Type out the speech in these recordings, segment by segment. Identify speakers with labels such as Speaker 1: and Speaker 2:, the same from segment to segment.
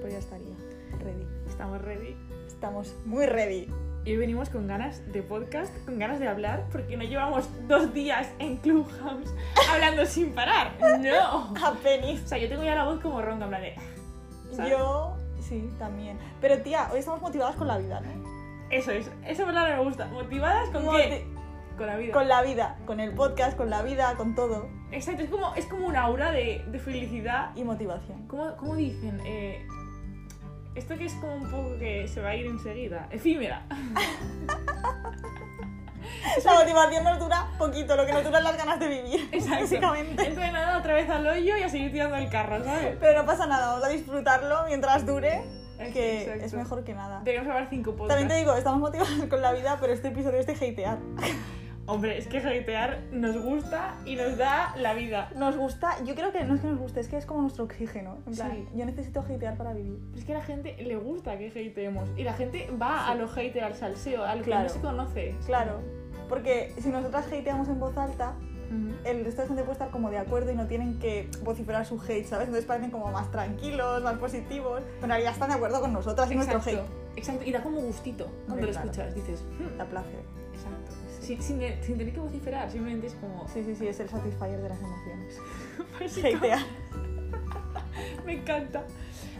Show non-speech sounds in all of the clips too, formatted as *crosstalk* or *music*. Speaker 1: pues estamos muy
Speaker 2: *laughs*
Speaker 1: ready.
Speaker 2: Y hoy venimos con ganas de podcast, con ganas de hablar, porque no llevamos dos días
Speaker 1: *laughs*
Speaker 2: en Clubhouse hablando sin parar. ¡No!
Speaker 1: A penis.
Speaker 2: O sea, yo tengo ya la voz como ronca, en plan de... "Ah". ¿sabes?
Speaker 1: Yo, sí, también. Pero tía, hoy estamos motivadas con la vida, ¿no?
Speaker 2: Eso es, esa palabra me gusta. ¿Motivadas con qué?
Speaker 1: Moti-
Speaker 2: Con la vida.
Speaker 1: Con la vida, con el podcast, con la vida, con todo.
Speaker 2: Exacto, es como, es como un aura de, de felicidad.
Speaker 1: Y
Speaker 2: *laughs*
Speaker 1: motivación.
Speaker 2: ¿Cómo, cómo dicen? Eh, esto que es como un poco que se va a ir enseguida.
Speaker 1: *laughs*
Speaker 2: Efímera.
Speaker 1: La motivación nos dura poquito, lo que nos duran las ganas de vivir,
Speaker 2: *laughs* Exacto.
Speaker 1: básicamente.
Speaker 2: Dentro de nada otra vez al hoyo y a seguir tirando el carro, ¿sabes?
Speaker 1: Pero no pasa nada, vamos a disfrutarlo mientras dure, que
Speaker 2: Exacto.
Speaker 1: es mejor que nada.
Speaker 2: Deberíamos grabar cinco
Speaker 1: También
Speaker 2: podcasts.
Speaker 1: te digo, estamos motivadas con la vida, pero este episodio es de hatear.
Speaker 2: Hombre, es que hatear nos gusta y nos da la vida.
Speaker 1: Nos gusta, yo creo que no es que nos guste, es que es como nuestro oxígeno. En plan,
Speaker 2: Sí.
Speaker 1: yo necesito hatear para vivir.
Speaker 2: Es que a la gente le gusta que hateemos. Y la gente va a los haters, al salseo, al
Speaker 1: Claro.
Speaker 2: que no se conoce.
Speaker 1: Claro, porque si nosotras hateamos en voz alta,
Speaker 2: Ujú.
Speaker 1: el resto de gente puede estar como de acuerdo y no tienen que vociferar su hate, ¿sabes? Entonces parecen como más tranquilos, más positivos, pero en realidad están de acuerdo con nosotras y nuestro
Speaker 2: Exacto,
Speaker 1: hate.
Speaker 2: exacto. Y da como gustito cuando
Speaker 1: Hombre,
Speaker 2: lo
Speaker 1: claro.
Speaker 2: escuchas. Dices, "Hmm,
Speaker 1: Da placer.
Speaker 2: exacto. Sin, sin, eh, sin tener que vociferar, simplemente es como. *laughs*
Speaker 1: Sí, sí, sí, es el satisfier de las emociones.
Speaker 2: básico.
Speaker 1: Hatear.
Speaker 2: Me encanta.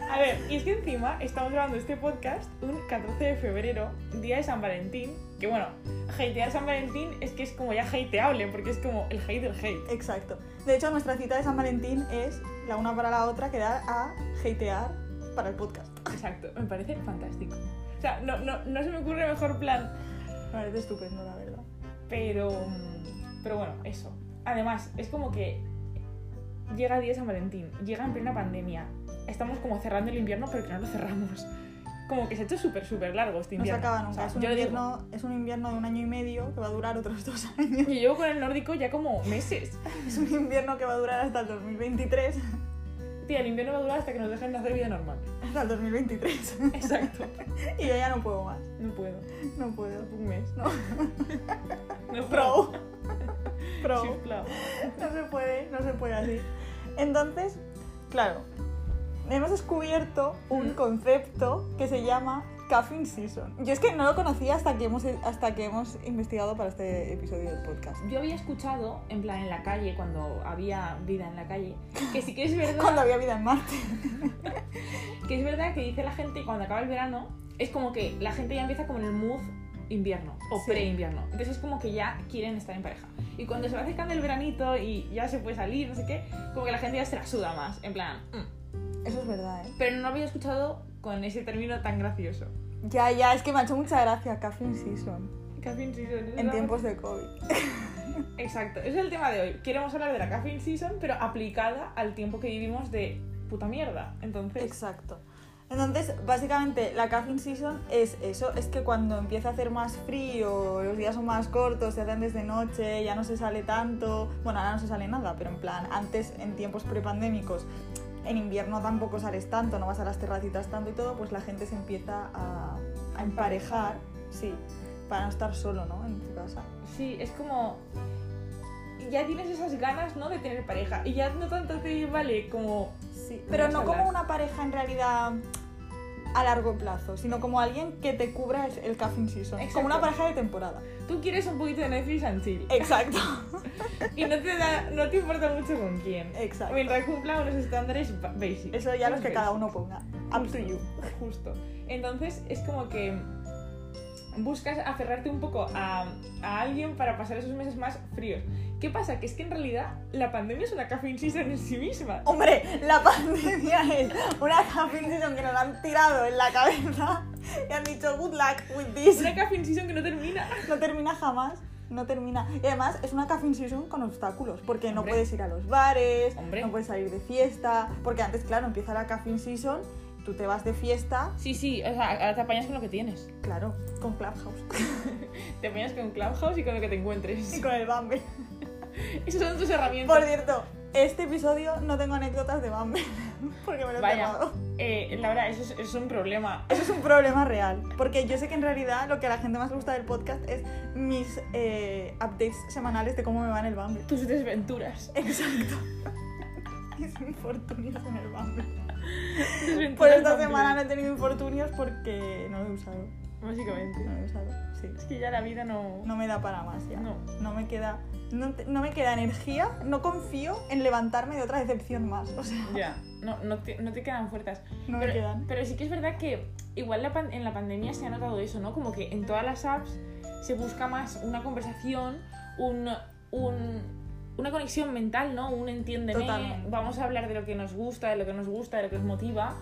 Speaker 2: A ver, y es que encima estamos grabando este podcast un 14 de febrero, día de San Valentín. Que bueno, hatear San Valentín es que es como ya hateable, porque es como el hate del hate.
Speaker 1: Exacto. De hecho, nuestra cita de San Valentín es la una para la otra quedar a hatear para el podcast.
Speaker 2: Exacto, me parece fantástico. O sea, no, no, no se me ocurre mejor plan.
Speaker 1: Me parece estupendo, la verdad.
Speaker 2: Pero, mm, pero bueno, eso. Además, es como que llega el día de San Valentín, llega en plena pandemia. Estamos como cerrando el invierno, pero que no lo cerramos. Como que se ha hecho súper, súper largo este
Speaker 1: No se
Speaker 2: invierno.
Speaker 1: acaba
Speaker 2: O
Speaker 1: nunca.
Speaker 2: sea,
Speaker 1: es, un
Speaker 2: yo lo digo.
Speaker 1: invierno, es un invierno de un año y medio que va a durar otros *laughs* dos años.
Speaker 2: *laughs* Yo llevo con el nórdico ya como meses.
Speaker 1: Es un invierno que va a durar hasta el 2023.
Speaker 2: Tía, el invierno va a durar hasta que nos dejen de hacer vida normal.
Speaker 1: *laughs* Hasta el 2023.
Speaker 2: Exacto.
Speaker 1: *laughs* Y yo ya no puedo más.
Speaker 2: No puedo.
Speaker 1: No puedo.
Speaker 2: Un mes.
Speaker 1: No.
Speaker 2: No
Speaker 1: Pro. Pro.
Speaker 2: Chiflao.
Speaker 1: No se puede, no se puede así. Entonces, claro, hemos descubierto un
Speaker 2: Ujú.
Speaker 1: concepto que se llama Caffeine Season. Yo es que no lo conocía hasta que hemos, hasta que hemos investigado para este episodio del podcast.
Speaker 2: Yo había escuchado, en plan, en la calle, cuando había vida en la calle, que sí que
Speaker 1: *laughs*
Speaker 2: es verdad.
Speaker 1: Cuando había vida en Marte.
Speaker 2: Que es verdad que dice la gente cuando acaba el verano, es como que la gente ya empieza como en el mood invierno o
Speaker 1: Sí.
Speaker 2: pre-invierno. Entonces es como que ya quieren estar en pareja. Y cuando se va acercando el veranito y ya se puede salir, no sé qué, como que la gente ya se la suda más. En plan, "Mm".
Speaker 1: Eso es verdad, ¿eh?
Speaker 2: pero no lo había escuchado con ese término tan gracioso.
Speaker 1: Ya, ya, es que me ha hecho mucha gracia Caffeine Season
Speaker 2: Caffeine season. ¿no?
Speaker 1: en tiempos de COVID.
Speaker 2: Exacto, ese es el tema de hoy. Queremos hablar de la caffeine season, pero aplicada al tiempo que vivimos de puta mierda. Entonces,
Speaker 1: Exacto. Entonces, básicamente, la caffeine season es eso, es que cuando empieza a hacer más frío, los días son más cortos, se hacen desde noche, ya no se sale tanto, bueno, ahora no se sale nada, pero en plan, antes, en tiempos prepandémicos, en invierno tampoco sales tanto, no vas a las terracitas tanto y todo, pues la gente se empieza a, a emparejar, sí, para no estar solo, ¿no? En tu casa.
Speaker 2: Sí, es como. Ya tienes esas ganas, ¿no? De tener pareja. Y ya no tanto te vale como.
Speaker 1: Sí, pero
Speaker 2: Vamos a
Speaker 1: no como
Speaker 2: hablar.
Speaker 1: una pareja en realidad a largo plazo, sino como alguien que te cubra el, el caffeine season,
Speaker 2: Exacto.
Speaker 1: como una pareja de temporada.
Speaker 2: Tú quieres un poquito de Netflix and chill.
Speaker 1: Exacto,
Speaker 2: Y no te, da, no te importa mucho con quién.
Speaker 1: *laughs* exacto.
Speaker 2: Mientras cumpla unos estándares ba- basic.
Speaker 1: Eso ya los
Speaker 2: Muy
Speaker 1: que cada
Speaker 2: basic.
Speaker 1: uno ponga. Up to
Speaker 2: Justo,
Speaker 1: you.
Speaker 2: Justo. Entonces es como que. Buscas aferrarte un poco a, a alguien para pasar esos meses más fríos. ¿Qué pasa? Que es que en realidad la pandemia es una caffeine season en sí misma.
Speaker 1: Oh, Hombre, la *laughs* pandemia es una caffeine season que nos han tirado en la cabeza y han dicho good luck with
Speaker 2: Es
Speaker 1: this.
Speaker 2: una caffeine season que no termina.
Speaker 1: No termina jamás. No termina. Y además es una caffeine season con obstáculos, porque no
Speaker 2: Hombre.
Speaker 1: puedes ir a los bares,
Speaker 2: Hombre.
Speaker 1: no puedes salir de fiesta, porque antes, claro, empieza la caffeine season, tú te vas de fiesta,
Speaker 2: Sí, sí, o sea, ahora te apañas con lo que tienes.
Speaker 1: claro, con Clubhouse *laughs*
Speaker 2: Te apañas con Clubhouse y con lo que te
Speaker 1: y
Speaker 2: encuentres.
Speaker 1: con el Bumble.
Speaker 2: Esas son tus herramientas.
Speaker 1: Por cierto, este episodio no tengo anécdotas de Bumble, *laughs* porque me lo he
Speaker 2: Vaya.
Speaker 1: cerrado.
Speaker 2: Eh, Laura, eso es, eso es un problema.
Speaker 1: Eso es un problema real, porque yo sé que en realidad lo que a la gente más le gusta del podcast es mis eh, updates semanales de cómo me va en el Bumble.
Speaker 2: Tus desventuras.
Speaker 1: Exacto. *laughs* mis infortunios en el bambú.
Speaker 2: Desventura
Speaker 1: Por
Speaker 2: del
Speaker 1: esta
Speaker 2: bambú.
Speaker 1: semana no he tenido infortunios porque no lo he usado. No
Speaker 2: Básicamente.
Speaker 1: lo he usado, sí.
Speaker 2: Es que ya la vida no.
Speaker 1: No me da para más ya.
Speaker 2: No.
Speaker 1: No me queda. No, te- no me queda energía, no confío en levantarme de otra decepción más. O sea,
Speaker 2: Ya. No, no, te, no te quedan fuerzas.
Speaker 1: no me
Speaker 2: pero,
Speaker 1: quedan.
Speaker 2: pero sí que es verdad que igual la pan- en la pandemia se ha notado eso, ¿no? Como que en todas las apps se busca más una conversación, un, un- una conexión mental, ¿no? Un entiéndeme,
Speaker 1: Totalmente.
Speaker 2: vamos a hablar de lo que nos gusta, de lo que nos gusta, de lo que nos motiva.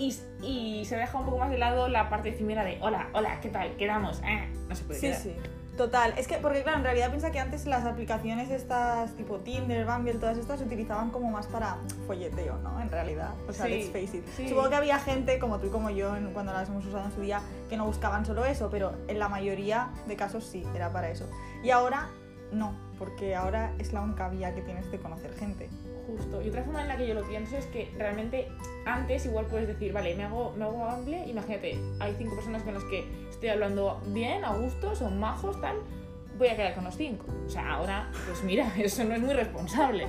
Speaker 2: Y, y se deja un poco más de lado la parte cimera de hola, hola, ¿qué tal? ¿Quedamos? Ah, no se puede
Speaker 1: Sí,
Speaker 2: quedar.
Speaker 1: sí. Total, es que, porque claro, en realidad piensa que antes las aplicaciones estas, tipo Tinder, Bumble, todas estas, se utilizaban como más para folleteo, ¿no? En realidad, o sea,
Speaker 2: Sí,
Speaker 1: let's face it.
Speaker 2: sí.
Speaker 1: Supongo que había gente, como tú y como yo, en- cuando las hemos usado en su día, que no buscaban solo eso, pero en la mayoría de casos sí, era para eso. Y ahora, no, porque ahora es la única vía que tienes de conocer gente.
Speaker 2: Justo. Y otra forma en la que yo lo pienso es que realmente antes igual puedes decir, vale, me hago, me hago Bumble, imagínate, hay cinco personas con las que estoy hablando bien, a gusto, son majos, tal, voy a quedar con los cinco. O sea, ahora, pues mira, *laughs* eso no es muy responsable.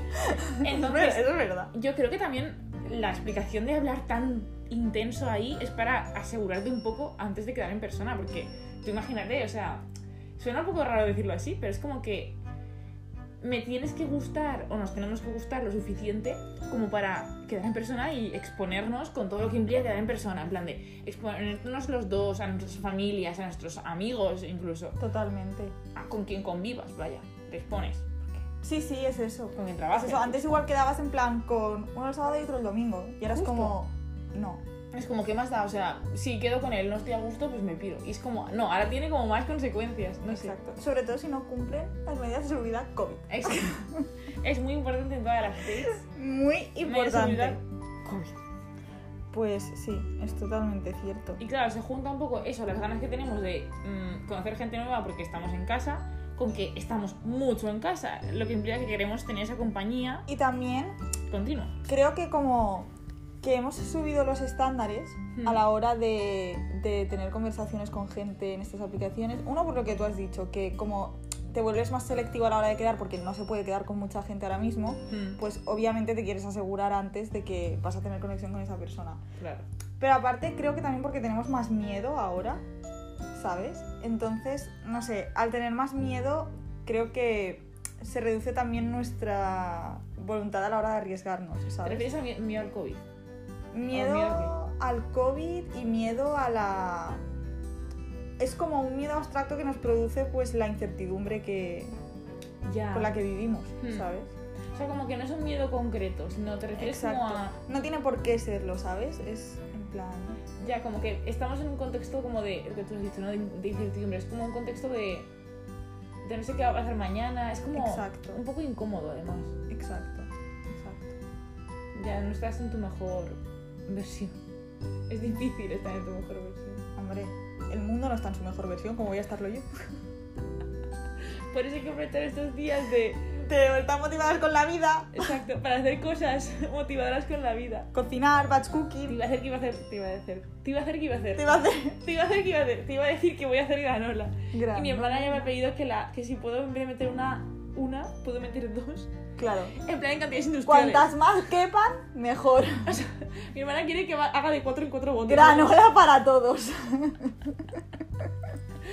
Speaker 1: Pero
Speaker 2: Entonces,
Speaker 1: eso es verdad.
Speaker 2: yo creo que también la explicación de hablar tan intenso ahí es para asegurarte un poco antes de quedar en persona, porque tú imagínate, o sea, suena un poco raro decirlo así, pero es como que me tienes que gustar o nos tenemos que gustar lo suficiente como para quedar en persona y exponernos con todo lo que implica quedar en persona, en plan de exponernos los dos a nuestras familias, a nuestros amigos incluso,
Speaker 1: Totalmente.
Speaker 2: a con quien convivas, vaya, te expones,
Speaker 1: Sí, sí, es eso.
Speaker 2: con quien
Speaker 1: Es
Speaker 2: trabajas.
Speaker 1: eso. Antes igual quedabas en plan con uno el sábado y otro el domingo. Y ahora
Speaker 2: Justo.
Speaker 1: es como, no.
Speaker 2: Es como, ¿qué más da? O sea, si quedo con él, no estoy a gusto, pues me piro. Y es como, no, ahora tiene como más consecuencias, no sé.
Speaker 1: Exacto. Sobre todo si no cumplen las medidas de seguridad COVID.
Speaker 2: Es, *laughs* es muy importante en todas las
Speaker 1: *laughs*
Speaker 2: dates.
Speaker 1: Muy
Speaker 2: medidas de seguridad,
Speaker 1: importante.
Speaker 2: COVID.
Speaker 1: Pues sí, es totalmente cierto.
Speaker 2: Y claro, se junta un poco eso, las ganas que tenemos de mm, conocer gente nueva porque estamos en casa, con que estamos mucho en casa, lo que implica que queremos tener esa compañía
Speaker 1: Y también
Speaker 2: continua.
Speaker 1: creo que como que hemos subido los estándares
Speaker 2: Hmm.
Speaker 1: a la hora de, de tener conversaciones con gente en estas aplicaciones. Uno por lo que tú has dicho, que como te vuelves más selectivo a la hora de quedar porque no se puede quedar con mucha gente ahora mismo,
Speaker 2: Mm,
Speaker 1: pues obviamente te quieres asegurar antes de que vas a tener conexión con esa persona.
Speaker 2: claro.
Speaker 1: Pero aparte creo que también porque tenemos más miedo ahora, ¿sabes? Entonces, no sé, al tener más miedo creo que se reduce también nuestra voluntad a la hora de arriesgarnos,
Speaker 2: ¿Te
Speaker 1: ¿sabes?
Speaker 2: refieres a mi- miedo al COVID?
Speaker 1: Miedo,
Speaker 2: miedo a
Speaker 1: al COVID y miedo a la... Es como un miedo abstracto que nos produce pues la incertidumbre que...
Speaker 2: Ya.
Speaker 1: con la que vivimos,
Speaker 2: Hmm.
Speaker 1: ¿sabes?
Speaker 2: O sea, como que no es un miedo concreto, sino te refieres
Speaker 1: Exacto.
Speaker 2: como a...
Speaker 1: No tiene por qué serlo, ¿sabes? Es en plan...
Speaker 2: Ya, como que estamos en un contexto como de, lo que tú has dicho, ¿no? De, de incertidumbre. Es como un contexto de, de no sé qué va a pasar mañana. Es como
Speaker 1: Exacto.
Speaker 2: un poco incómodo, además.
Speaker 1: Exacto, exacto.
Speaker 2: Ya no estás en tu mejor versión. Es difícil estar en tu mejor versión.
Speaker 1: Hombre, el mundo no está en su mejor versión, como voy a estarlo yo.
Speaker 2: Por eso hay que aprovechar estos días de...
Speaker 1: Te están motivadas con la vida.
Speaker 2: Exacto, para hacer cosas *laughs* motivadoras con la vida.
Speaker 1: Cocinar, batch
Speaker 2: Te
Speaker 1: cooking.
Speaker 2: iba a hacer que iba a hacer, te iba a hacer, te iba a hacer que iba a hacer,
Speaker 1: Te va a hacer.
Speaker 2: te iba a hacer que iba a hacer, te iba a decir que voy a hacer granola. *laughs* Y mi
Speaker 1: Grande.
Speaker 2: hermana ya me ha pedido que, la, que si puedo en vez de meter una, una, puedo meter dos.
Speaker 1: Claro.
Speaker 2: En plan en cantidades industriales.
Speaker 1: Cuantas más quepan, mejor.
Speaker 2: Mi hermana quiere que va- haga de cuatro en cuatro botes.
Speaker 1: Granola para todos. *laughs*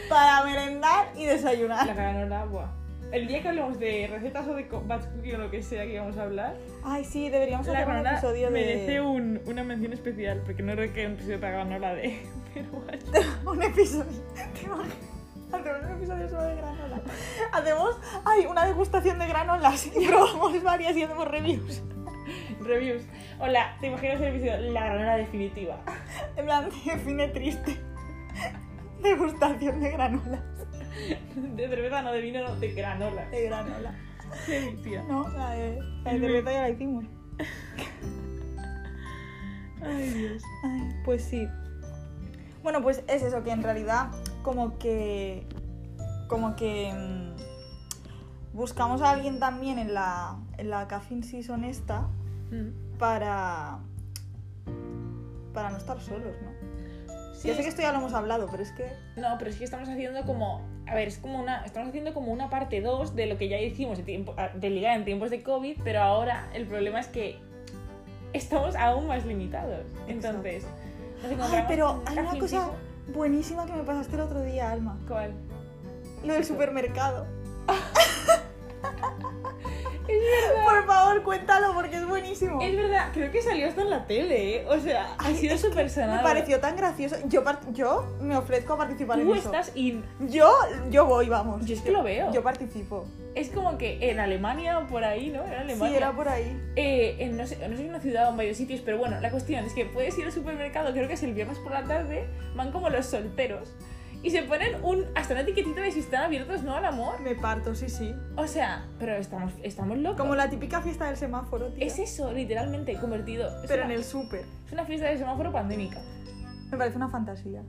Speaker 1: para merendar y
Speaker 2: La
Speaker 1: desayunar.
Speaker 2: granola, buah. El día que hablemos de recetas o de co- batch cooking o lo que sea que íbamos a hablar,
Speaker 1: Ay, sí, deberíamos
Speaker 2: la
Speaker 1: hacer un
Speaker 2: granola
Speaker 1: episodio
Speaker 2: merece
Speaker 1: de.
Speaker 2: un- una mención especial, porque no creo que haya un episodio para granola de *laughs*
Speaker 1: *laughs*
Speaker 2: Overwatch.
Speaker 1: Un episodio. *laughs* ¿Te imaginas? Hacemos un episodio solo de granola. Hacemos, ay, una degustación de granolas y probamos varias y hacemos reviews.
Speaker 2: Reviews. Hola, ¿te imaginas el episodio? La granola definitiva. *laughs*
Speaker 1: En plan, define triste. Degustación de granola.
Speaker 2: De cerveza, no de vino, no, de granola.
Speaker 1: De granola.
Speaker 2: Qué mentira.
Speaker 1: No, la de, la de cerveza ya la hicimos.
Speaker 2: Ay, Dios.
Speaker 1: Ay, pues sí. Bueno, pues es eso, que en realidad como que... Como que... mm, buscamos a alguien también en la, en la caffeine season esta Mm. para... Para no estar solos, ¿no?
Speaker 2: Sí,
Speaker 1: ya sé
Speaker 2: es-
Speaker 1: que esto ya lo hemos hablado, pero es que.
Speaker 2: No, pero sí que estamos haciendo como. A ver, es como una. Estamos haciendo como una parte 2 de lo que ya hicimos de, tiempo, ah, de ligar en tiempos de COVID, pero ahora el problema es que estamos aún más limitados. Entonces, nos encontramos
Speaker 1: pero
Speaker 2: con un
Speaker 1: hay una
Speaker 2: casting
Speaker 1: cosa-
Speaker 2: fijo.
Speaker 1: Buenísima que me pasaste el otro día, Alma.
Speaker 2: ¿Cuál?
Speaker 1: Lo del supermercado.
Speaker 2: *laughs*
Speaker 1: *laughs*
Speaker 2: Es verdad,
Speaker 1: Por favor, cuéntalo porque es buenísimo.
Speaker 2: es verdad, creo que salió hasta en la tele, ¿eh? O sea, ha
Speaker 1: Oh. Ay,
Speaker 2: sido
Speaker 1: es que
Speaker 2: súper
Speaker 1: Me
Speaker 2: sonado.
Speaker 1: pareció tan gracioso. Yo, par- yo me ofrezco a participar en
Speaker 2: Tú
Speaker 1: eso.
Speaker 2: estás in.
Speaker 1: Yo, yo voy, vamos.
Speaker 2: Yo es que lo veo.
Speaker 1: Yo participo.
Speaker 2: Es como que en Alemania o por ahí, ¿no? En Alemania.
Speaker 1: Sí, era por ahí.
Speaker 2: Eh, en, no, sé, no sé en una ciudad o en varios sitios, pero bueno, la cuestión es que puedes ir al supermercado, creo que es el viernes por la tarde, van como los solteros y se ponen un, hasta una etiquetita de si están abiertos no al amor.
Speaker 1: Me parto, sí, sí.
Speaker 2: O sea, pero estamos, estamos locos.
Speaker 1: Como la típica fiesta del semáforo, tío.
Speaker 2: Es eso, literalmente, convertido. Es,
Speaker 1: pero en
Speaker 2: una,
Speaker 1: el súper.
Speaker 2: es una fiesta de semáforo pandémica.
Speaker 1: Me parece una fantasía.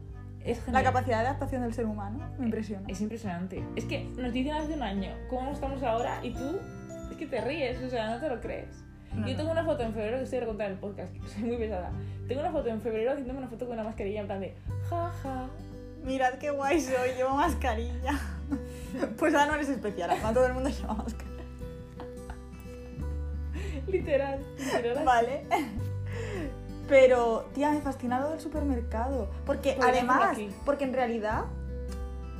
Speaker 2: Es
Speaker 1: La
Speaker 2: genial.
Speaker 1: capacidad de adaptación del ser humano me impresiona.
Speaker 2: Es impresionante. Es que nos dicen hace un año cómo estamos ahora y tú es que te ríes, o sea, no te lo crees.
Speaker 1: No,
Speaker 2: Yo
Speaker 1: no.
Speaker 2: tengo una foto en febrero, que estoy a contar en el podcast, *laughs* que soy muy pesada. Tengo una foto en febrero haciéndome una foto con una mascarilla en plan de jaja.
Speaker 1: Mirad qué guay soy, llevo mascarilla. *laughs* Pues ahora no eres especial, además todo el mundo lleva mascarilla.
Speaker 2: *laughs* Literal, literal.
Speaker 1: Vale. Pero, tía, me fascina lo del supermercado. Porque
Speaker 2: Podría
Speaker 1: además,
Speaker 2: hacerlo Pues aquí.
Speaker 1: porque en realidad,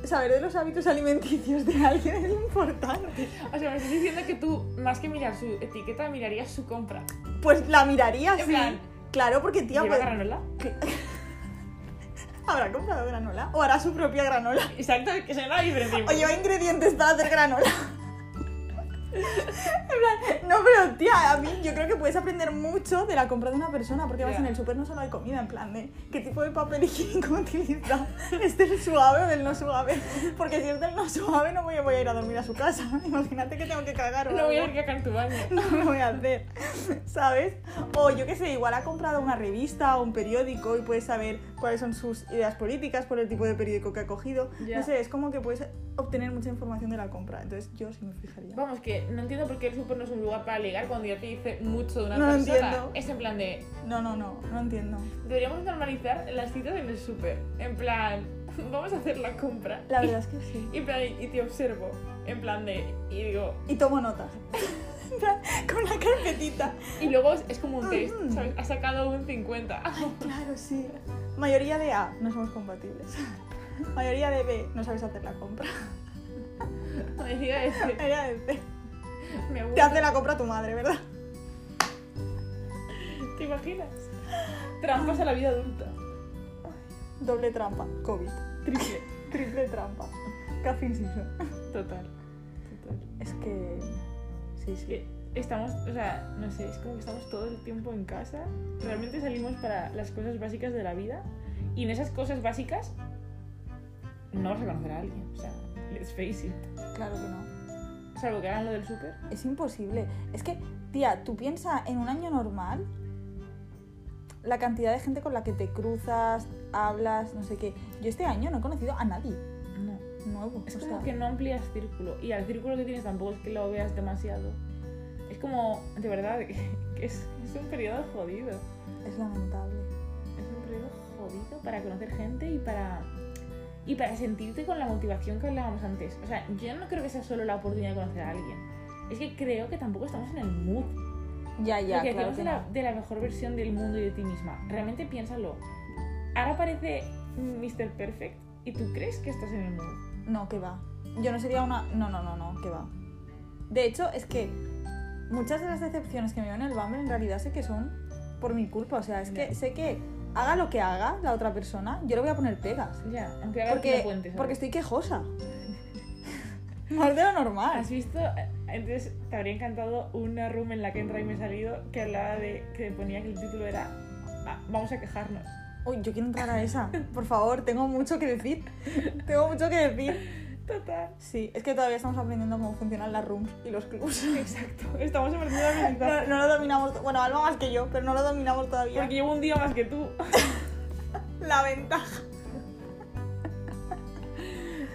Speaker 1: saber de los hábitos alimenticios de *laughs* alguien es importante.
Speaker 2: O sea, me estás diciendo que tú, más que mirar su etiqueta, mirarías su compra.
Speaker 1: Pues la miraría
Speaker 2: En
Speaker 1: así.
Speaker 2: plan,
Speaker 1: Claro, porque tía,
Speaker 2: ¿Lleva
Speaker 1: pues,
Speaker 2: granola?
Speaker 1: habrá comprado granola o hará su propia granola.
Speaker 2: Exacto, que se nada diferente.
Speaker 1: O lleva ingredientes para hacer granola. En plan, no, pero tía, a mí yo creo que puedes aprender mucho de la compra de una persona porque vas
Speaker 2: Ya.
Speaker 1: en el súper no solo hay comida, en plan de qué tipo de papel *laughs* higiénico utiliza, es del suave o del no suave. Porque si es del no suave no voy a, voy a ir a dormir a su casa. *laughs* Imagínate que tengo que cagar o
Speaker 2: no voy a
Speaker 1: algo.
Speaker 2: ir a tu baño.
Speaker 1: *laughs* no lo voy a hacer, ¿sabes? O yo qué sé, igual ha comprado una revista o un periódico y puedes saber cuáles son sus ideas políticas por el tipo de periódico que ha cogido.
Speaker 2: Ya.
Speaker 1: No sé, es como que puedes obtener mucha información de la compra. Entonces yo sí me fijaría.
Speaker 2: Vamos, que no entiendo por qué el súper no es un lugar para ligar cuando ya te dice mucho de una
Speaker 1: No lo
Speaker 2: persona.
Speaker 1: entiendo.
Speaker 2: Es en plan de,
Speaker 1: No, no, no, no entiendo.
Speaker 2: deberíamos normalizar las citas en el súper. En plan, *laughs* vamos a hacer la compra.
Speaker 1: La verdad es que sí.
Speaker 2: Y, en plan, y te observo. En plan de, y digo,
Speaker 1: Y tomo notas. *laughs* En plan, Con la carpetita.
Speaker 2: y luego es- es como un test,
Speaker 1: Ujú.
Speaker 2: ¿sabes? Ha sacado un *laughs* 50.
Speaker 1: Ay, claro, sí. Mayoría de A, no somos compatibles. *laughs* Mayoría de B, no sabes hacer la compra.
Speaker 2: Me diga este,
Speaker 1: Mayoría de C,
Speaker 2: me
Speaker 1: te
Speaker 2: gusta.
Speaker 1: hace la compra tu madre, ¿verdad?
Speaker 2: ¿Te imaginas? Trampas a la vida adulta.
Speaker 1: Doble trampa, COVID.
Speaker 2: Triple.
Speaker 1: Triple *laughs* trampa. Caffeine season.
Speaker 2: Total. Total.
Speaker 1: Es que. Sí, sí.
Speaker 2: Eh, Estamos, o sea, no sé, es como que estamos todo el tiempo en casa. Realmente salimos para las cosas básicas de la vida. Y en esas cosas básicas no vas a conocer a alguien. O sea, let's face it.
Speaker 1: Claro que no.
Speaker 2: Salvo que hagan lo del súper.
Speaker 1: Es imposible. Es que, tía, tú piensa en un año normal la cantidad de gente con la que te cruzas, hablas, no sé qué. Yo este año no he conocido a nadie
Speaker 2: No.
Speaker 1: nuevo.
Speaker 2: Es
Speaker 1: o
Speaker 2: como
Speaker 1: sea,
Speaker 2: que no amplías círculo. Y al círculo que tienes tampoco es que lo veas demasiado. Es como, de verdad, *laughs* que que es, es un periodo jodido.
Speaker 1: Es lamentable.
Speaker 2: Es un periodo jodido para conocer gente y para. Y para sentirte con la motivación que hablábamos antes. O sea, yo no creo que sea solo la oportunidad de conocer a alguien. Es que creo que tampoco estamos en el mood.
Speaker 1: Ya, ya,
Speaker 2: Lo que
Speaker 1: claro
Speaker 2: decíamos
Speaker 1: que
Speaker 2: de, la, de la mejor versión del mundo y de ti misma. Realmente piénsalo. Ahora parece Mr. Perfect y tú crees que estás en el mood.
Speaker 1: No, que va. Yo no sería una. No, no, no, no, que va. De hecho, es que muchas de las decepciones que me veo en el Bumble en realidad sé que son por mi culpa. O sea, es que
Speaker 2: Ya.
Speaker 1: sé que haga lo que haga la otra persona, yo le voy a poner pegas.
Speaker 2: Ya, aunque ahora
Speaker 1: Porque,
Speaker 2: no puentes.
Speaker 1: porque estoy quejosa. Más de lo normal.
Speaker 2: ¿Has visto? Entonces te habría encantado una room en la que entra y me he salido que hablaba de que ponía que el título era "Ah, Vamos a quejarnos.
Speaker 1: Uy, yo quiero entrar a esa. Por favor, tengo mucho que decir. Tengo mucho que decir.
Speaker 2: Total.
Speaker 1: Sí, es que todavía estamos aprendiendo cómo funcionan las rooms y los clubs.
Speaker 2: Exacto. Estamos aprendiendo a organizar. *laughs*
Speaker 1: No, no lo dominamos. to- Bueno, Alba más que yo, pero no lo dominamos todavía.
Speaker 2: Porque llevo un día más que tú.
Speaker 1: La ventaja.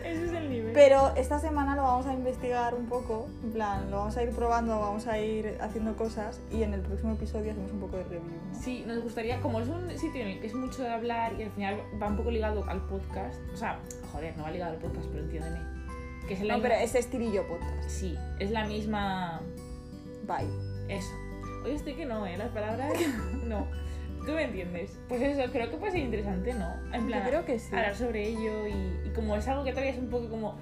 Speaker 2: Ese es el nivel.
Speaker 1: Pero esta semana lo vamos a investigar un poco, en plan, lo vamos a ir probando, vamos a ir haciendo cosas y en el próximo episodio hacemos un poco de review. ¿no?
Speaker 2: Sí, nos gustaría, como es un sitio en el que es mucho de hablar y al final va un poco ligado al podcast, o sea, joder, no va ligado al podcast, pero entiéndeme. Que es la
Speaker 1: No,
Speaker 2: misma-
Speaker 1: pero es estirillo podcast.
Speaker 2: Sí, es la misma...
Speaker 1: Bye.
Speaker 2: Eso. Hoy estoy que no, ¿eh? Las
Speaker 1: *laughs*
Speaker 2: palabras... No. Tú me entiendes. Pues eso, creo que puede ser interesante, ¿no? En plan,
Speaker 1: Yo creo que sí.
Speaker 2: hablar sobre ello y, y como es algo que todavía es un poco como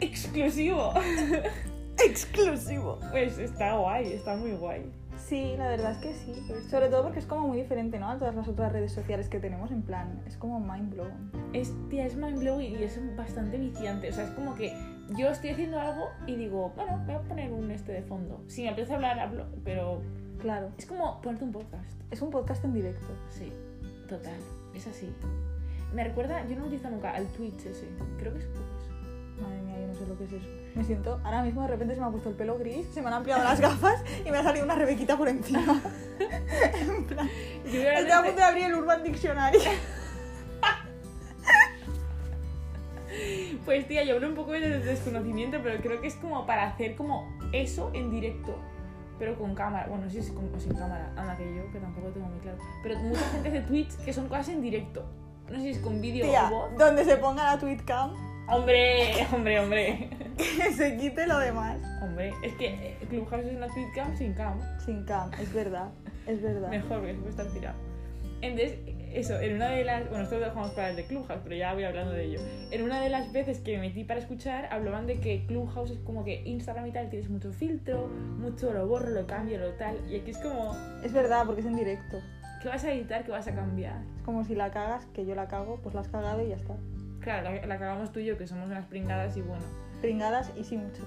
Speaker 2: exclusivo,
Speaker 1: *laughs*
Speaker 2: *laughs*
Speaker 1: Exclusivo.
Speaker 2: pues está guay, está muy guay.
Speaker 1: Sí, la verdad es que sí. Sobre todo porque es como muy diferente, ¿no? A todas las otras redes sociales que tenemos, en plan, es como mind blown.
Speaker 2: Es, tía, es mind blowing y es bastante viciante. O sea, es como que yo estoy haciendo algo y digo, bueno, voy a poner un este de fondo. Si me empiezo a hablar, hablo, pero
Speaker 1: Claro.
Speaker 2: es como ponerte un podcast.
Speaker 1: Es un podcast en directo.
Speaker 2: Sí, total, es así. Me recuerda, yo no utilizo nunca al Twitch ese, creo que es Twitch.
Speaker 1: Madre mía, yo no sé lo que es eso. Me siento, ahora mismo de repente se me ha puesto el pelo gris, se me han ampliado las gafas y me ha salido una rebequita por encima. en plan,
Speaker 2: Yo voy a
Speaker 1: estoy a
Speaker 2: hablar
Speaker 1: punto
Speaker 2: de-
Speaker 1: de abrir el Urban Dictionary.
Speaker 2: Pues tía, yo hablo un poco de desconocimiento, pero creo que es como para hacer como eso en directo, pero con cámara. Bueno, no sé si es con o sin cámara, anda que yo, que tampoco lo tengo muy claro. Pero mucha gente hace Twitch que son cosas en directo. No sé si es con vídeo
Speaker 1: Tía,
Speaker 2: o voz.
Speaker 1: donde se ponga la tweetcam,
Speaker 2: Hombre, hombre, hombre.
Speaker 1: que *laughs* se quite lo demás.
Speaker 2: Hombre, es que eh, Clubhouse es una Twitch cam sin cam.
Speaker 1: Sin cam, es verdad, es verdad.
Speaker 2: Mejor, porque siempre está tirado. Entonces, eso, en una de las. Bueno, esto lo dejamos para el de Clubhouse, pero ya voy hablando de ello. En una de las veces que me metí para escuchar, hablaban de que Clubhouse es como que Instagram y tal, tienes mucho filtro, mucho lo borro, lo cambio, lo tal. Y aquí es como,
Speaker 1: Es verdad, porque es en directo.
Speaker 2: ¿qué vas a editar? ¿Qué vas a cambiar?
Speaker 1: Es como si la cagas, que yo la cago, pues la has cagado y ya está.
Speaker 2: Claro, la, la cagamos tú y yo, que somos unas pringadas y bueno.
Speaker 1: Pringadas y sí mucho.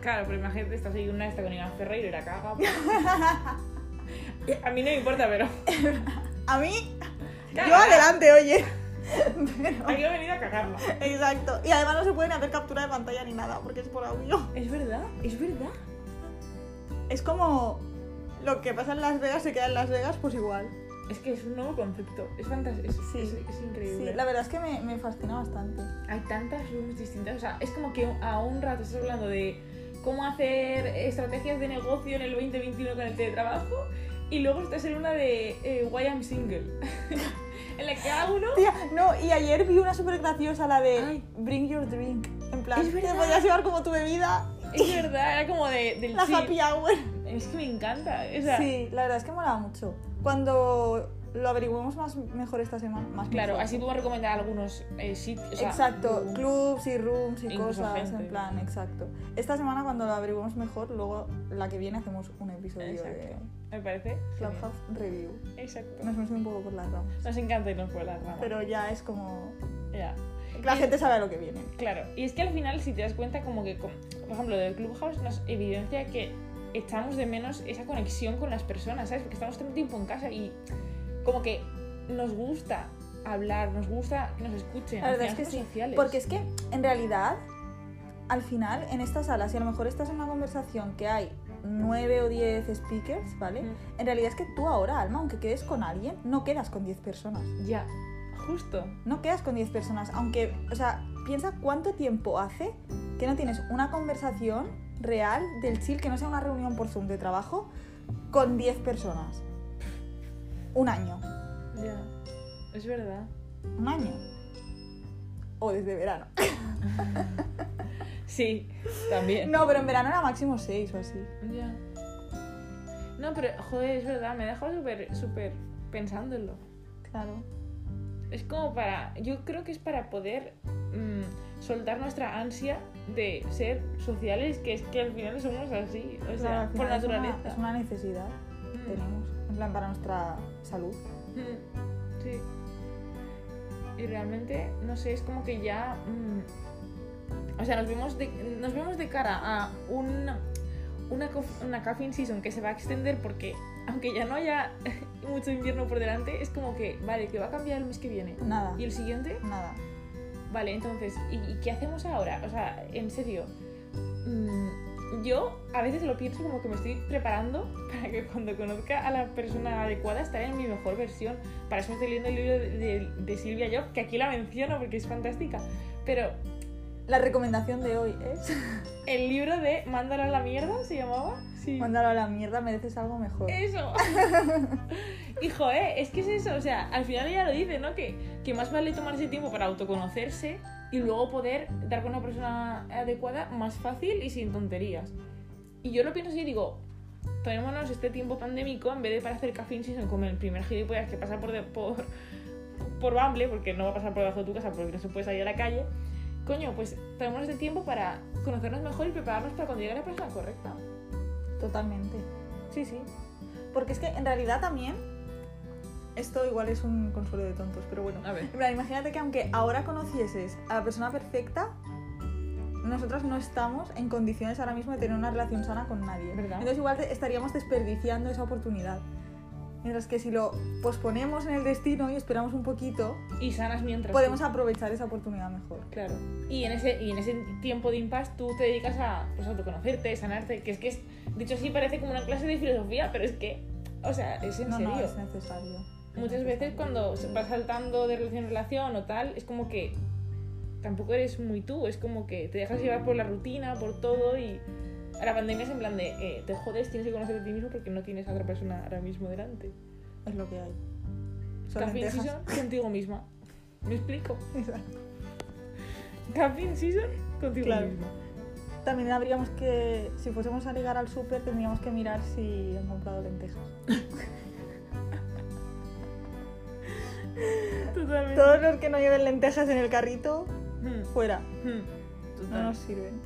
Speaker 2: Claro, pero imagínate, estás ahí una esta con Iván Ferreiro y la caga. *laughs* pues. a mí no me importa, pero.
Speaker 1: A mí, yo
Speaker 2: Cagada.
Speaker 1: adelante, oye. Pero-
Speaker 2: Aquí he venido a cagarla.
Speaker 1: Exacto. Y además no se pueden hacer captura de pantalla ni nada, porque es por audio.
Speaker 2: Es verdad, es verdad.
Speaker 1: Es como lo que pasa en Las Vegas se queda en Las Vegas, pues igual.
Speaker 2: Es que es un nuevo concepto, es fantástico, es,
Speaker 1: Sí.
Speaker 2: es- es increíble.
Speaker 1: Sí, la verdad es que me, me fascina bastante.
Speaker 2: Hay tantas rooms distintas, o sea, es como que a un rato estás hablando de cómo hacer estrategias de negocio en el 2021 con el teletrabajo y luego estás en una de eh, Why I'm Single, *laughs* en la que hago uno...
Speaker 1: Tía, no, y ayer vi una súper graciosa, la de
Speaker 2: Ay.
Speaker 1: Bring Your Drink. En plan,
Speaker 2: Es
Speaker 1: te
Speaker 2: verdad.
Speaker 1: podías llevar como tu bebida,
Speaker 2: Es verdad, era como de, del
Speaker 1: la
Speaker 2: chill.
Speaker 1: happy hour.
Speaker 2: Es que me encanta, o sea,
Speaker 1: sí, la verdad es que molaba mucho. Cuando lo averigüemos más mejor esta semana, más
Speaker 2: claro,
Speaker 1: mejor.
Speaker 2: así podemos recomendar algunos eh, sitios. o sea,
Speaker 1: exacto,
Speaker 2: rooms.
Speaker 1: clubs y rooms y
Speaker 2: Incluso
Speaker 1: cosas,
Speaker 2: gente.
Speaker 1: en plan, exacto. Esta semana cuando lo averiguemos mejor, luego la que viene hacemos un episodio de
Speaker 2: Exacto. Me parece. genial.
Speaker 1: Clubhouse Review.
Speaker 2: Exacto.
Speaker 1: Nos hemos ido un poco por las ramas,
Speaker 2: Nos encanta irnos por las ramas.
Speaker 1: pero ya es como...
Speaker 2: Ya.
Speaker 1: La gente sabe a lo que viene.
Speaker 2: Claro, y es que al final, si te das cuenta, como que, con- por ejemplo, del Clubhouse nos evidencia que echamos de menos esa conexión con las personas, ¿sabes? Porque estamos tanto tiempo en casa y como que nos gusta hablar, nos gusta que nos escuchen.
Speaker 1: La
Speaker 2: al
Speaker 1: verdad es
Speaker 2: final
Speaker 1: que sí,
Speaker 2: somos sociales.
Speaker 1: Porque es que, en realidad, al final, en esta sala, si a lo mejor estás en una conversación que hay nueve o 10 speakers, ¿vale?
Speaker 2: Mm.
Speaker 1: En realidad es que tú ahora, Alma, aunque quedes con alguien, no quedas con 10 personas.
Speaker 2: Ya, justo.
Speaker 1: No quedas con 10 personas, aunque, o sea, piensa cuánto tiempo hace que no tienes una conversación real del chill, que no sea una reunión por Zoom de trabajo, con 10 personas. Un año.
Speaker 2: Ya. Es verdad. *laughs*
Speaker 1: Un año. O desde verano. *laughs*
Speaker 2: Sí, también.
Speaker 1: No, pero en verano era máximo 6 o así.
Speaker 2: Ya. No, pero, joder, es verdad, me he dejado súper, súper pensándolo.
Speaker 1: Claro.
Speaker 2: Es como para. Yo creo que es para poder mm, soltar nuestra ansia de ser sociales, que es que al final somos así, o sea,
Speaker 1: Claro, al
Speaker 2: por
Speaker 1: final es una-
Speaker 2: naturaleza.
Speaker 1: Es una necesidad que
Speaker 2: Mm,
Speaker 1: tenemos, en plan para nuestra salud.
Speaker 2: mm, Sí. Y realmente, no sé, es como que ya. mm, o sea, nos vemos de, nos vemos de cara a un, una, cof- una caffeine season que se va a extender porque, aunque ya no haya *laughs* mucho invierno por delante, es como que, vale, que va a cambiar el mes que viene.
Speaker 1: Nada,
Speaker 2: Y el siguiente,
Speaker 1: nada.
Speaker 2: Vale, entonces, ¿y, y qué hacemos ahora? O sea, en serio, mm, yo a veces lo pienso como que me estoy preparando *laughs* para que cuando conozca a la persona adecuada estaré en mi mejor versión. Para eso me estoy leyendo el libro de, de- de Silvia Job, que aquí la menciono porque es fantástica. Pero
Speaker 1: La recomendación de hoy es *laughs*
Speaker 2: El libro de Mándalo a la mierda se llamaba. Sí.
Speaker 1: Mándalo a la mierda, mereces algo mejor.
Speaker 2: *laughs* Eso. Hijo, ¿eh? Es que es eso. O sea, al final ella lo dice, ¿no? Que, que más vale tomar ese tiempo para autoconocerse y luego poder dar con una persona adecuada más fácil y sin tonterías. Y yo lo pienso así y digo, tomémonos este tiempo pandémico en vez de para hacer café season como el primer gilipollas que pasa por, de- por, por Bumble, porque no va a pasar por debajo de tu casa porque no se puede salir a la calle. Coño, pues tomémonos este tiempo para conocernos mejor y prepararnos para cuando llegue la persona correcta.
Speaker 1: Totalmente.
Speaker 2: Sí, sí.
Speaker 1: Porque es que en realidad también, esto igual es un consuelo de tontos, pero bueno.
Speaker 2: A ver.
Speaker 1: En plan, imagínate que aunque ahora conocieses a la persona perfecta, nosotras no estamos en condiciones ahora mismo de tener una relación sana con nadie.
Speaker 2: ¿Verdad?
Speaker 1: Entonces igual te- estaríamos desperdiciando esa oportunidad. Mientras que si lo posponemos en el destino y esperamos un poquito,
Speaker 2: Y sanas mientras.
Speaker 1: podemos aprovechar esa oportunidad mejor.
Speaker 2: Claro. Y en ese, y en ese tiempo de impas tú te dedicas a pues, autoconocerte, sanarte, que es que es, dicho así parece como una clase de filosofía, pero es que, o sea, es en
Speaker 1: no,
Speaker 2: serio.
Speaker 1: no, es necesario.
Speaker 2: Muchas veces cuando se va saltando de relación en relación o tal, es como que tampoco eres muy tú, es como que te dejas llevar por la rutina, por todo y la pandemia es en plan de eh, te jodes, tienes que conocerte a ti mismo porque no tienes a otra persona ahora mismo delante.
Speaker 1: Es lo que hay. Son
Speaker 2: Caffeine
Speaker 1: lentejas. *laughs*
Speaker 2: season contigo misma. ¿Me explico? Caffeine season contigo
Speaker 1: Claro.
Speaker 2: misma.
Speaker 1: También habríamos que, si fuésemos a llegar al súper, tendríamos que mirar si han comprado lentejas.
Speaker 2: Totalmente.
Speaker 1: Todos los que no lleven lentejas en el carrito,
Speaker 2: Hmm,
Speaker 1: fuera.
Speaker 2: hmm.
Speaker 1: No nos sirven.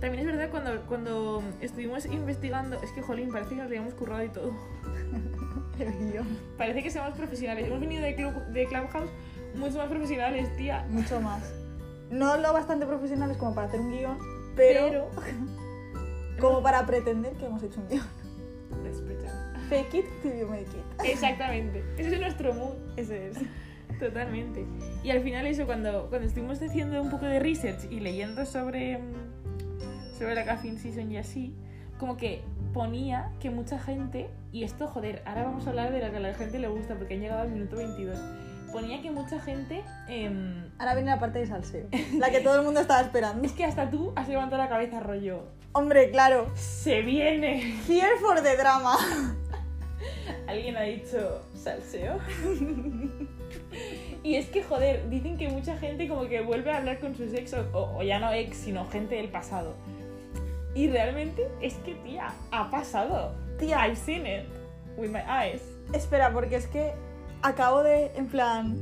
Speaker 2: También es verdad cuando, cuando estuvimos investigando, es que jolín, parece que nos lo habíamos currado y todo.
Speaker 1: *laughs* El guión.
Speaker 2: Parece que somos profesionales. Hemos venido de, club, de Clubhouse mucho más profesionales, tía.
Speaker 1: Mucho más. No lo bastante profesionales como para hacer un guión, pero, como para pretender que hemos hecho un guión. *laughs*
Speaker 2: Pero- Respeta.
Speaker 1: Fake it till you make it.
Speaker 2: Exactamente. Ese es nuestro mood. Ese es. Totalmente. Y al final eso, cuando, cuando estuvimos haciendo un poco de research y leyendo sobre, mm, sobre la caffeine season y así, como que ponía que mucha gente, y esto joder, ahora vamos a hablar de lo que a la gente le gusta porque han llegado al minuto 22, ponía que mucha gente... em,
Speaker 1: Ahora viene la parte de *laughs* salseo, la que todo el mundo estaba esperando.
Speaker 2: es que hasta tú has levantado la cabeza rollo.
Speaker 1: Hombre, claro.
Speaker 2: Se viene.
Speaker 1: Here for the drama. *laughs*
Speaker 2: Alguien ha dicho salseo. *laughs* y es que, joder, dicen que mucha gente como que vuelve a hablar con sus ex, o, o ya no ex, sino gente del pasado. Y realmente es que, tía, ha pasado.
Speaker 1: Tía,
Speaker 2: I've seen it with my eyes.
Speaker 1: espera, porque es que acabo de, en plan...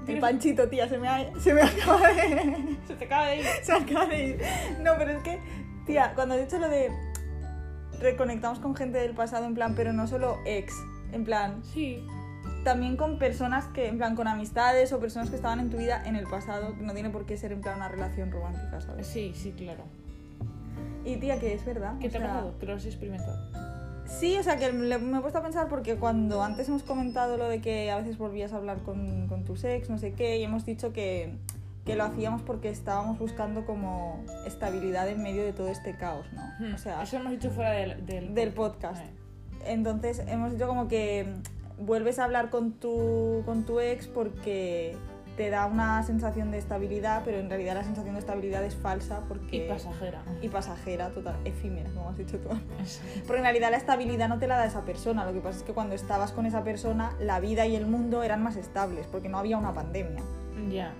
Speaker 1: El
Speaker 2: Tienes-
Speaker 1: panchito, tía, se me, ha- se me *laughs* acaba de...
Speaker 2: Se te acaba de ir.
Speaker 1: *laughs* Se acaba de ir. No, pero es que, tía, cuando he dicho lo de reconectamos con gente del pasado, en plan, pero no solo ex, en plan,
Speaker 2: Sí.
Speaker 1: también con personas que, en plan, con amistades o personas que estaban en tu vida en el pasado, que no tiene por qué ser, en plan, una relación romántica, ¿sabes?
Speaker 2: Sí, sí, claro.
Speaker 1: Y tía, que es verdad.
Speaker 2: ¿Qué
Speaker 1: o
Speaker 2: te ha
Speaker 1: sea,
Speaker 2: pasado? Que lo has experimentado.
Speaker 1: Sí, o sea, que le- me he puesto a pensar porque cuando antes hemos comentado lo de que a veces volvías a hablar con, con tus ex, no sé qué, y hemos dicho que, que lo hacíamos porque estábamos buscando como estabilidad en medio de todo este caos, ¿no? O sea,
Speaker 2: Hmm, Eso lo hemos dicho fuera del, del,
Speaker 1: del podcast.
Speaker 2: Eh.
Speaker 1: Entonces hemos dicho como que mm, vuelves a hablar con tu, con tu ex porque te da una sensación de estabilidad, pero en realidad la sensación de estabilidad es falsa porque...
Speaker 2: Y pasajera.
Speaker 1: y pasajera, total, efímera, como has dicho tú. *laughs* Porque en realidad la estabilidad no te la da esa persona. Lo que pasa es que cuando estabas con esa persona, la vida y el mundo eran más estables, porque no había una pandemia.
Speaker 2: *laughs* Ya.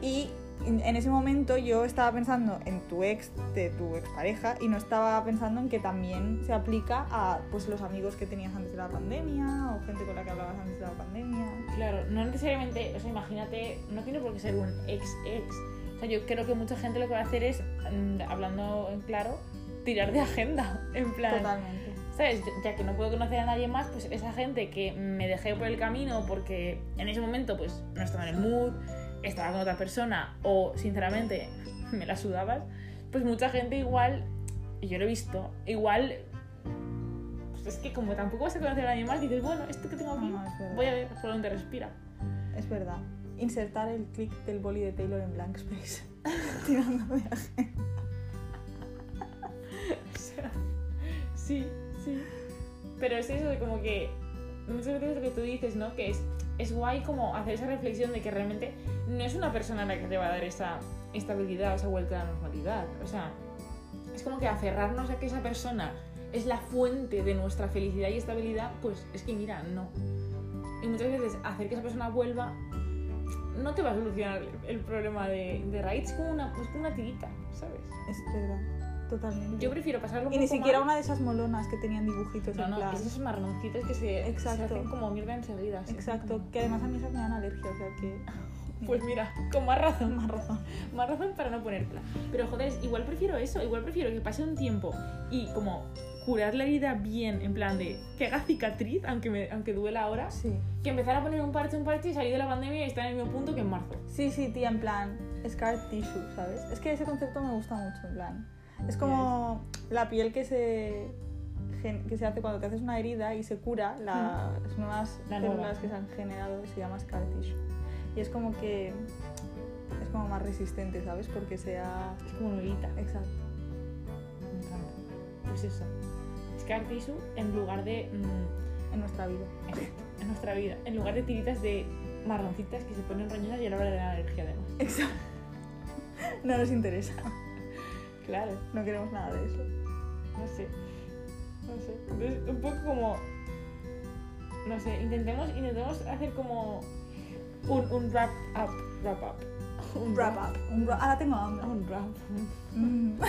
Speaker 1: Y en en ese momento yo estaba pensando en tu ex, de tu expareja, y no estaba pensando en que también se aplica a pues, los amigos que tenías antes de la pandemia o gente con la que hablabas antes de la pandemia.
Speaker 2: Claro, no necesariamente, o sea, imagínate, no tiene por qué ser un ex-ex. O sea, yo creo que mucha gente lo que va a hacer es, mm, hablando en claro, tirar de agenda. *laughs* En plan,
Speaker 1: Totalmente.
Speaker 2: ¿sabes? Ya que no puedo conocer a nadie más, pues esa gente que me dejé por el camino porque en ese momento, pues no estaba en el mood, estaba con otra persona o, sinceramente, *laughs* me la sudabas, pues mucha gente igual, y yo lo he visto, igual. pues, es que como tampoco vas a conocer a nadie más, dices, bueno, esto que tengo aquí,
Speaker 1: No, no, es verdad.
Speaker 2: voy a ver por dónde respira. *laughs*
Speaker 1: Es verdad. Insertar el clic del boli de Taylor en blank space. *laughs* Tirando de agenda.
Speaker 2: O sea, sí, sí. Pero es eso de como que muchas veces lo que tú dices, ¿no? Que es, es guay como hacer esa reflexión de que realmente no es una persona la que te va a dar esa estabilidad o se ha vuelto a la normalidad. O sea, es como que aferrarnos a que esa persona es la fuente de nuestra felicidad y estabilidad, pues es que mira, no. Y muchas veces hacer que esa persona vuelva no te va a solucionar el problema de, de raíz, es como una, es como una tirita, ¿sabes?
Speaker 1: Es verdad, totalmente.
Speaker 2: Yo prefiero pasarlo un
Speaker 1: y ni
Speaker 2: poco
Speaker 1: siquiera
Speaker 2: mal.
Speaker 1: una de esas molonas que tenían dibujitos
Speaker 2: No,
Speaker 1: en
Speaker 2: no,
Speaker 1: plan.
Speaker 2: esos marroncitos que se, se
Speaker 1: Exacto.
Speaker 2: hacen como mierda enseguida. así,
Speaker 1: Exacto,
Speaker 2: como-
Speaker 1: que además a mí esas me dan alergia, o sea que.
Speaker 2: Pues mira, con más razón.
Speaker 1: más razón.
Speaker 2: *laughs* Más razón para no ponértela. Pero joder, es- igual prefiero eso, igual prefiero que pase un tiempo y como curar la herida bien, en plan de que haga cicatriz, aunque, me, aunque duela ahora,
Speaker 1: Sí.
Speaker 2: que empezar a poner un parche, un parche y salir de la pandemia y estar en el mismo punto que en marzo.
Speaker 1: Sí, sí, tía, en plan, scar tissue, ¿sabes? Es que ese concepto me gusta mucho, en plan. Es como la piel que se, gen- que se hace cuando te haces una herida y se cura, las nuevas
Speaker 2: Mm. La nueva.
Speaker 1: células que se han generado se llama scar tissue. Y es como que es como más resistente, ¿sabes? Porque sea...
Speaker 2: Es como nuevita.
Speaker 1: Exacto.
Speaker 2: Me encanta. Pues eso. Scar tissue en lugar de. mm,
Speaker 1: En nuestra vida. *laughs*
Speaker 2: en nuestra vida. En lugar de tiritas de marroncitas que se ponen roñosas y a la hora de la alergia además.
Speaker 1: Exacto. No nos interesa.
Speaker 2: Claro.
Speaker 1: No queremos nada de eso.
Speaker 2: No sé. No sé. Entonces, un poco como. No sé, intentemos, intentemos hacer como. Un, un wrap up. Wrap up. *laughs* Un Ah,
Speaker 1: Wrap up. Un wrap- Ahora tengo hambre.
Speaker 2: *laughs* Un wrap.
Speaker 1: Mm.
Speaker 2: Un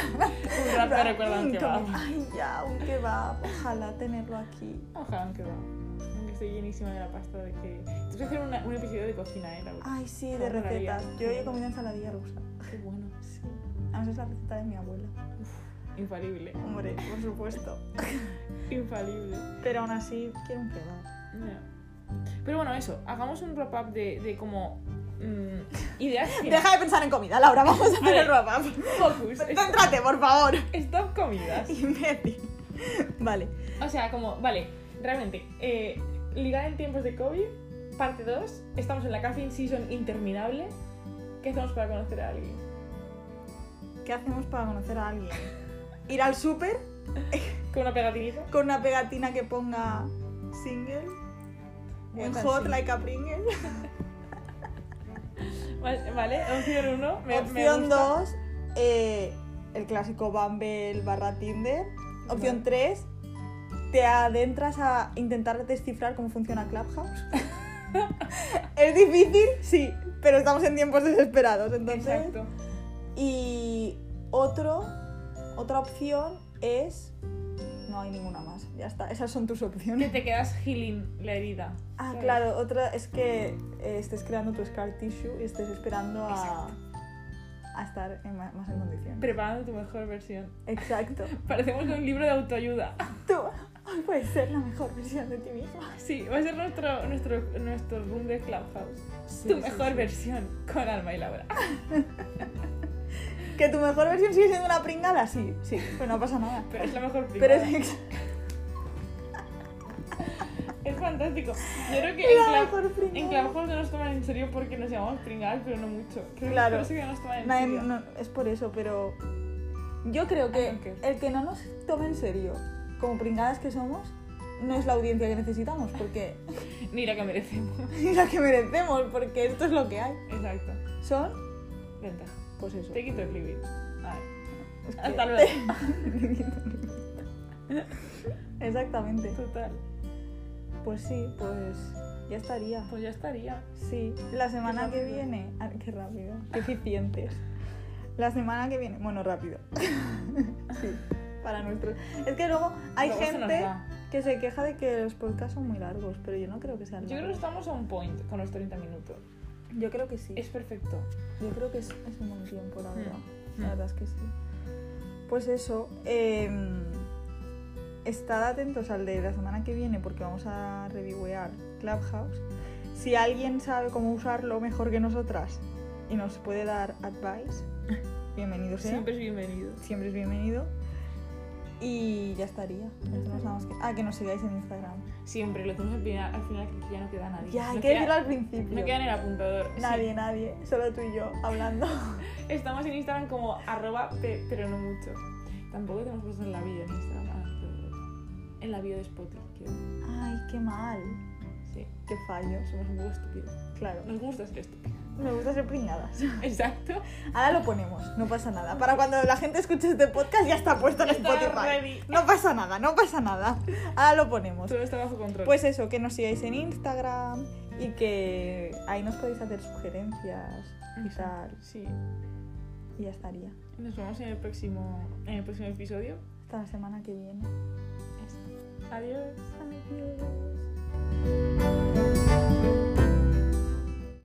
Speaker 2: wrap me recuerda a un
Speaker 1: Mm,
Speaker 2: kebab.
Speaker 1: como, Ay, ya, un kebab. Ojalá tenerlo aquí.
Speaker 2: Ojalá un kebab. Aunque estoy llenísima de la pasta de que. Tienes que hacer una- un episodio de cocina, eh, Laura.
Speaker 1: Ay, sí,
Speaker 2: Qué
Speaker 1: de recetas.
Speaker 2: maravilla.
Speaker 1: Yo hoy he comido ensaladilla rusa.
Speaker 2: Ah, Qué bueno.
Speaker 1: Sí. Además es la receta de mi abuela.
Speaker 2: Infalible.
Speaker 1: Hombre, por supuesto.
Speaker 2: Infalible.
Speaker 1: Pero aún así, quiero un kebab.
Speaker 2: No. Pero bueno, eso. Hagamos un wrap up de, de como. mm, ideas. *laughs*
Speaker 1: Deja de pensar en comida, Laura. Vamos a hacer
Speaker 2: Vale.
Speaker 1: el wrap-up.
Speaker 2: Focus.
Speaker 1: Céntrate, por favor.
Speaker 2: Stop comidas.
Speaker 1: Imbécil. Vale.
Speaker 2: O sea, como, vale, realmente, eh, ligar en tiempos de COVID, parte 2, estamos en la camping season interminable. ¿Qué hacemos para conocer a alguien?
Speaker 1: ¿Qué hacemos para conocer a alguien? Ir al súper
Speaker 2: ¿Con una pegatinita?
Speaker 1: con una pegatina que ponga single. Un hot
Speaker 2: Sí.
Speaker 1: like a Pringle.
Speaker 2: Vale, vale, opción 1, me, me
Speaker 1: Opción
Speaker 2: gusta.
Speaker 1: 2, el clásico Bumble barra Tinder. Opción 3, te adentras a intentar descifrar cómo funciona Clubhouse. *laughs* es difícil, sí, pero estamos en tiempos desesperados, entonces.
Speaker 2: Exacto.
Speaker 1: Y otro, otra opción es... No hay ninguna más, ya está, esas son tus
Speaker 2: Que
Speaker 1: opciones.
Speaker 2: te quedas healing la herida.
Speaker 1: Ah,
Speaker 2: ¿sabes?
Speaker 1: claro, otra es que eh, estés creando tu scar tissue y estés esperando a,
Speaker 2: Exacto.
Speaker 1: a estar en ma- más en condiciones.
Speaker 2: Preparando tu mejor versión.
Speaker 1: Exacto.
Speaker 2: Parecemos un libro de autoayuda.
Speaker 1: Tú hoy puedes ser la mejor versión de ti misma.
Speaker 2: Sí, va a ser nuestro, nuestro, nuestro room de Clubhouse. tu mejor versión con Alma
Speaker 1: *laughs*
Speaker 2: y Laura.
Speaker 1: versión. Que tu mejor versión sigue siendo una pringada, sí, sí, pero no pasa nada.
Speaker 2: Pero es la mejor
Speaker 1: Pero
Speaker 2: primera.
Speaker 1: es,
Speaker 2: Es fantástico. Yo creo que en,
Speaker 1: la
Speaker 2: Club-
Speaker 1: mejor
Speaker 2: en
Speaker 1: pringada.
Speaker 2: Clubhouse no nos toman en serio porque nos llamamos pringadas, pero no mucho. Creo que
Speaker 1: Claro.
Speaker 2: por eso que no nos toman en
Speaker 1: Nadie-
Speaker 2: serio.
Speaker 1: no, es por eso, pero yo creo
Speaker 2: I
Speaker 1: que
Speaker 2: don't care.
Speaker 1: el que no nos tome en serio, como pringadas que somos, no es la audiencia que necesitamos, porque *laughs*
Speaker 2: Ni la que merecemos. *laughs*
Speaker 1: es la que merecemos, porque esto es lo que hay.
Speaker 2: Exacto.
Speaker 1: Son,
Speaker 2: Ventaja.
Speaker 1: pues eso.
Speaker 2: Te quito el living. Vale.
Speaker 1: Es que-
Speaker 2: Hasta luego.
Speaker 1: *laughs* Exactamente.
Speaker 2: Total.
Speaker 1: Pues sí, pues ya estaría.
Speaker 2: Pues ya estaría.
Speaker 1: Sí, la semana que
Speaker 2: rápido.
Speaker 1: viene. ah, qué rápido, qué eficientes. La semana que viene. Bueno,
Speaker 2: *laughs*
Speaker 1: rápido. sí, para nuestros. Es que luego hay
Speaker 2: Luego se nos
Speaker 1: gente
Speaker 2: va.
Speaker 1: que se queja de que los podcasts son muy largos, pero yo no creo que sean
Speaker 2: Yo creo que
Speaker 1: largos.
Speaker 2: estamos a un point con los 30 minutos.
Speaker 1: Yo creo que sí.
Speaker 2: Es perfecto.
Speaker 1: Yo creo que es, es un buen tiempo, la verdad.
Speaker 2: Mm.
Speaker 1: La verdad es que sí. Pues eso. em, estad atentos al de la semana que viene porque vamos a reviewear Clubhouse. Si alguien sabe cómo usarlo mejor que nosotras y nos puede dar
Speaker 2: *laughs*
Speaker 1: advice, bienvenido sea.
Speaker 2: Siempre es bienvenido.
Speaker 1: Siempre es bienvenido. Y ya estaría. No tenemos
Speaker 2: estaría.
Speaker 1: nada más que... Ah, que nos sigáis en Instagram.
Speaker 2: Siempre lo tenemos al final, al final que aquí ya no queda nadie.
Speaker 1: Ya, hay
Speaker 2: no
Speaker 1: que
Speaker 2: queda,
Speaker 1: decirlo al principio.
Speaker 2: No queda en el apuntador. Sí.
Speaker 1: nadie, nadie. Solo tú y yo
Speaker 2: *laughs*
Speaker 1: hablando.
Speaker 2: Estamos en Instagram como arroba pe- pero no mucho. Tampoco tenemos puesto en la bio en Instagram. ah, pero- En la bio de Spotify, creo.
Speaker 1: Ay, qué mal.
Speaker 2: Sí,
Speaker 1: Qué fallo.
Speaker 2: somos un poco estúpidos.
Speaker 1: Claro.
Speaker 2: Nos gusta ser estúpidos. *laughs*
Speaker 1: Me gusta ser pringadas.
Speaker 2: Exacto.
Speaker 1: Ahora lo ponemos, no pasa nada. Para cuando la gente escuche este podcast ya está puesto en
Speaker 2: Está
Speaker 1: Spotify.
Speaker 2: ready.
Speaker 1: No pasa nada, no pasa nada. Ahora lo ponemos.
Speaker 2: Todo está bajo control.
Speaker 1: Pues eso, que nos sigáis en Instagram y que ahí nos podéis hacer sugerencias y tal.
Speaker 2: Sí.
Speaker 1: Y ya estaría.
Speaker 2: Nos vemos en el próximo, en el próximo episodio.
Speaker 1: Hasta la semana que viene.
Speaker 2: Adiós.
Speaker 1: Adiós.